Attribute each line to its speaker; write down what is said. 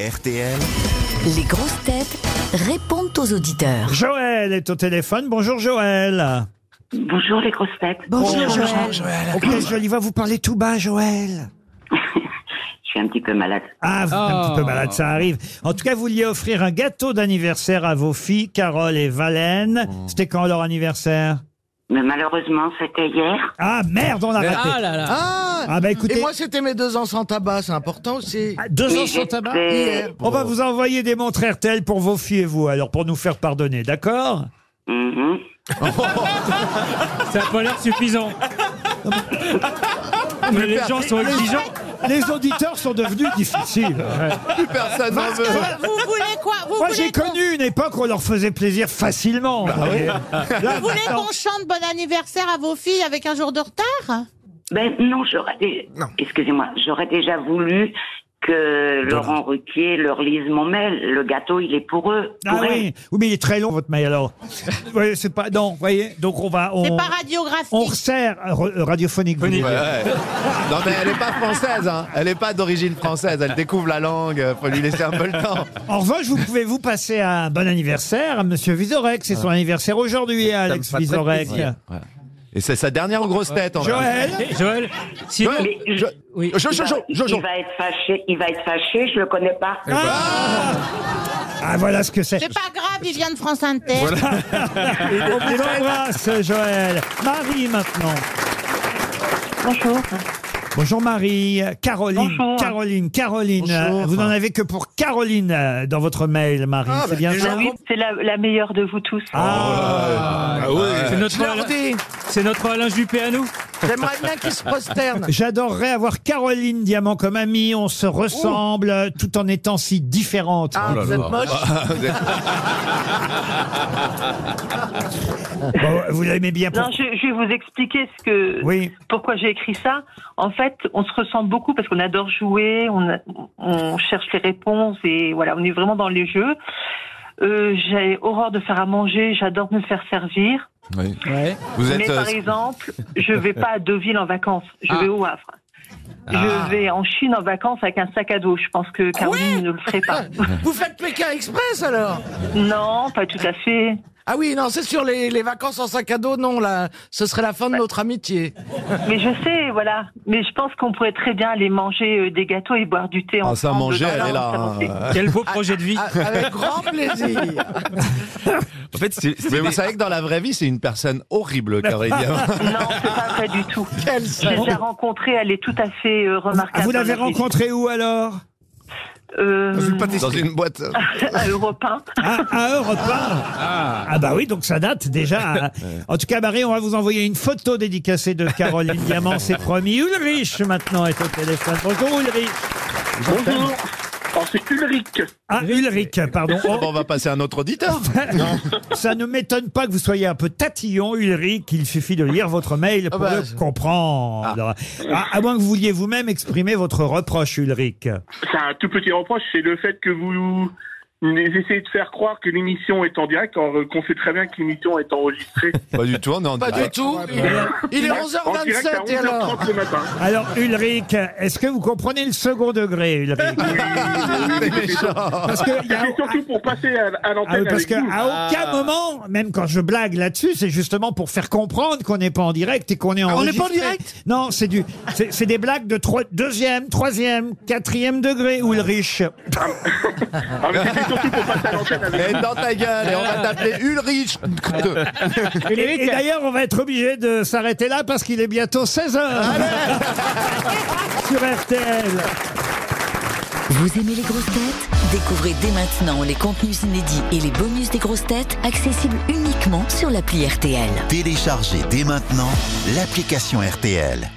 Speaker 1: RTL.
Speaker 2: Les grosses têtes répondent aux auditeurs.
Speaker 3: Joël est au téléphone. Bonjour Joël.
Speaker 4: Bonjour les grosses têtes.
Speaker 5: Ah,
Speaker 3: Oh, quelle jolie voix, vous parlez tout bas Joël.
Speaker 4: Je suis un petit peu malade.
Speaker 3: Ah, vous êtes un
Speaker 6: Oh.
Speaker 3: petit peu malade, ça arrive. En tout cas, vous vouliez offrir un gâteau d'anniversaire à vos filles, Carole et Valène. C'était quand leur anniversaire
Speaker 4: Mais malheureusement, c'était hier.
Speaker 3: Ah merde, on a raté.
Speaker 6: Ah là là.
Speaker 5: Ah,
Speaker 3: Ah bah écoutez,
Speaker 5: Et moi, c'était mes deux ans sans tabac, c'est important aussi.
Speaker 3: ah, deux ans
Speaker 4: Oui,
Speaker 3: sans tabac.
Speaker 4: j'étais-
Speaker 3: On va vous envoyer des montres RTL pour vos filles et vous, alors pour nous faire pardonner, d'accord
Speaker 4: Mhm.
Speaker 6: Ça n'a pas l'air suffisant. Mais les gens sont exigeants.
Speaker 3: Les auditeurs sont devenus difficiles.
Speaker 5: Personne n'en veut.
Speaker 7: Euh, Vous voulez quoi Vous
Speaker 3: Euh, Moi, j'ai
Speaker 7: voulez qu'on-
Speaker 3: connu une époque où on leur faisait plaisir facilement. vous voyez. Là,
Speaker 7: vous voulez
Speaker 3: maintenant-
Speaker 7: qu'on chante bon anniversaire à vos filles avec un jour de retard
Speaker 4: Ben non, j'aurais dé- excusez-moi, j'aurais déjà voulu que Laurent Ruquier leur lise mon mail. Le gâteau, il est pour eux.
Speaker 3: Ah
Speaker 4: pour
Speaker 3: oui, oui, mais il est très long votre mail alors. Vous voyez, c'est pas non, vous voyez. Donc on va
Speaker 7: C'est
Speaker 3: on,
Speaker 7: pas
Speaker 3: on
Speaker 7: radiographique.
Speaker 3: resserre ra- radiophonique. vous dites.
Speaker 5: Non, mais elle n'est pas française, hein. Elle n'est pas d'origine française. Elle découvre la langue. euh, Faut lui laisser un peu le temps.
Speaker 3: En revanche, vous pouvez vous passer un bon anniversaire à Monsieur Vizorek. C'est son anniversaire aujourd'hui, Alex
Speaker 5: me fait très
Speaker 3: Vizorek.
Speaker 5: Et c'est sa dernière grosse tête, en fait.
Speaker 3: Joël,
Speaker 6: Joël, sinon,
Speaker 5: Joël,
Speaker 4: Mais Ah, je-
Speaker 5: Jo-
Speaker 6: oui.
Speaker 5: Jo-
Speaker 4: Il
Speaker 5: Jo-
Speaker 4: va,
Speaker 5: Jo- Jo- Jo-
Speaker 4: il va être fâché, il va être fâché, je le connais pas.
Speaker 3: ah, Ah, voilà ce que c'est.
Speaker 7: C'est pas grave, il vient de France Inter.
Speaker 3: On vous embrasse, Joël. Marie maintenant.
Speaker 8: Bonjour.
Speaker 3: Bonjour Marie, Caroline,
Speaker 8: Bonjour.
Speaker 3: Caroline, Caroline.
Speaker 5: Bonjour. Ah,
Speaker 3: Euh, Vous n'en avez que pour Caroline euh, dans votre mail, Marie. c'est
Speaker 5: bah,
Speaker 3: bien ça.
Speaker 4: Ben
Speaker 8: Oui, c'est la, la meilleure de vous tous.
Speaker 6: Ah, c'est notre,
Speaker 5: Je leur
Speaker 6: Alain,
Speaker 5: dis,
Speaker 6: c'est notre Alain Juppé à nous.
Speaker 5: j'aimerais bien qu'il se
Speaker 3: Oh
Speaker 5: prosterne.
Speaker 3: J'adorerais avoir Caroline Diamant comme amie. On se ressemble euh, tout en étant si différentes.
Speaker 5: Ah, vous êtes moche.
Speaker 3: Bon, vous l'aimez bien pour...
Speaker 8: Non, je, je vais vous expliquer ce que,
Speaker 3: Oui.
Speaker 8: pourquoi j'ai écrit ça. En fait, on se ressemble beaucoup parce qu'on adore jouer, on, a- on cherche les réponses et voilà, on est vraiment dans les jeux. Euh, j'ai horreur de faire à manger, j'adore me faire servir.
Speaker 9: Ah
Speaker 5: Vous
Speaker 8: Mais
Speaker 5: êtes. euh,
Speaker 8: par exemple, je vais pas à Deauville en vacances, je vais au Havre.
Speaker 6: Ah.
Speaker 8: Je vais en Chine en vacances avec un sac à dos. Je pense que
Speaker 5: Ah
Speaker 8: Caroline ne le ferait pas.
Speaker 5: Vous faites Pékin Express, alors
Speaker 8: non, pas tout à fait.
Speaker 5: Ah oui, non, c'est sur les, les vacances en sac à dos, non, là, ce serait la fin de notre amitié.
Speaker 8: Mais je sais, voilà. Mais je pense qu'on pourrait très bien aller manger euh, des gâteaux et boire du
Speaker 5: Ah,
Speaker 8: thé ensemble. dans la
Speaker 5: hein.
Speaker 8: santé.
Speaker 6: Quel beau projet de vie.
Speaker 5: A- Ah, Avec grand plaisir.
Speaker 9: En fait, c'est c'est
Speaker 5: Mais
Speaker 9: des-
Speaker 5: vous savez que dans la vraie vie, c'est une personne horrible, Caroline.
Speaker 8: Non, c'est pas vrai du tout.
Speaker 5: Quelle
Speaker 8: Je l'ai déjà rencontrée, elle est tout à fait euh,
Speaker 3: Ah,
Speaker 8: remarquable.
Speaker 3: vous l'avez rencontrée où alors
Speaker 8: euh,
Speaker 5: Ah, Dans une boîte.
Speaker 8: À Europe 1.
Speaker 3: à, à Europe 1. Ah. bah oui, donc ça date déjà. En tout cas, Marie, on va vous envoyer une photo dédicacée de Caroline Diamant, c'est promis. Ulrich maintenant est au téléphone. Bonjour Ulrich.
Speaker 10: Bonjour. Alors, c'est Ulrich.
Speaker 3: Ah, Ulrich, pardon. Oh,
Speaker 5: Bon, on va passer à un autre auditeur.
Speaker 3: Ça ne m'étonne pas que vous soyez un peu tatillon, Ulrich. Il suffit de lire votre mail pour
Speaker 5: Ah bah,
Speaker 3: le
Speaker 5: je- Ah.
Speaker 3: comprendre. Ah, À, à moins que vous vouliez vous-même exprimer votre reproche, Ulrich.
Speaker 10: C'est un tout petit reproche, c'est le fait que vous essayez de faire croire que l'émission est en direct, alors qu'on sait très bien que l'émission est enregistrée.
Speaker 9: pas du tout, on est en
Speaker 5: Pas du
Speaker 9: direct.
Speaker 5: tout. Il est, il est
Speaker 10: En direct à
Speaker 5: 11h27 et alors
Speaker 10: 11h30 le matin.
Speaker 3: Alors, Ulrich, est-ce que vous comprenez le second degré, Ulrich
Speaker 5: C'est méchant.
Speaker 3: Parce que, il y a-
Speaker 10: C'est surtout pour passer à, à
Speaker 3: Ah
Speaker 10: l'antenne
Speaker 3: oui, parce
Speaker 10: avec
Speaker 3: qu'à
Speaker 10: vous.
Speaker 3: aucun
Speaker 5: Ah.
Speaker 3: moment, même quand je blague là-dessus, c'est justement pour faire comprendre qu'on n'est pas en direct et qu'on est en
Speaker 5: Ah, on n'est pas en direct
Speaker 3: Non, c'est du, c'est c'est des blagues de trois, deuxième, troisième, quatrième degré, Ulrich.
Speaker 10: Ah, mais C'était surtout pour passer à l'antenne avec
Speaker 5: Mais dans ta gueule, et on va t'appeler Ulrich.
Speaker 3: Et, et d'ailleurs, on va être obligé de s'arrêter là parce qu'il est bientôt 16h. Sur RTL.
Speaker 2: Vous aimez les grosses têtes Découvrez dès maintenant les contenus inédits et les bonus des grosses têtes accessibles uniquement sur l'appli RTL.
Speaker 1: Téléchargez dès maintenant l'application RTL.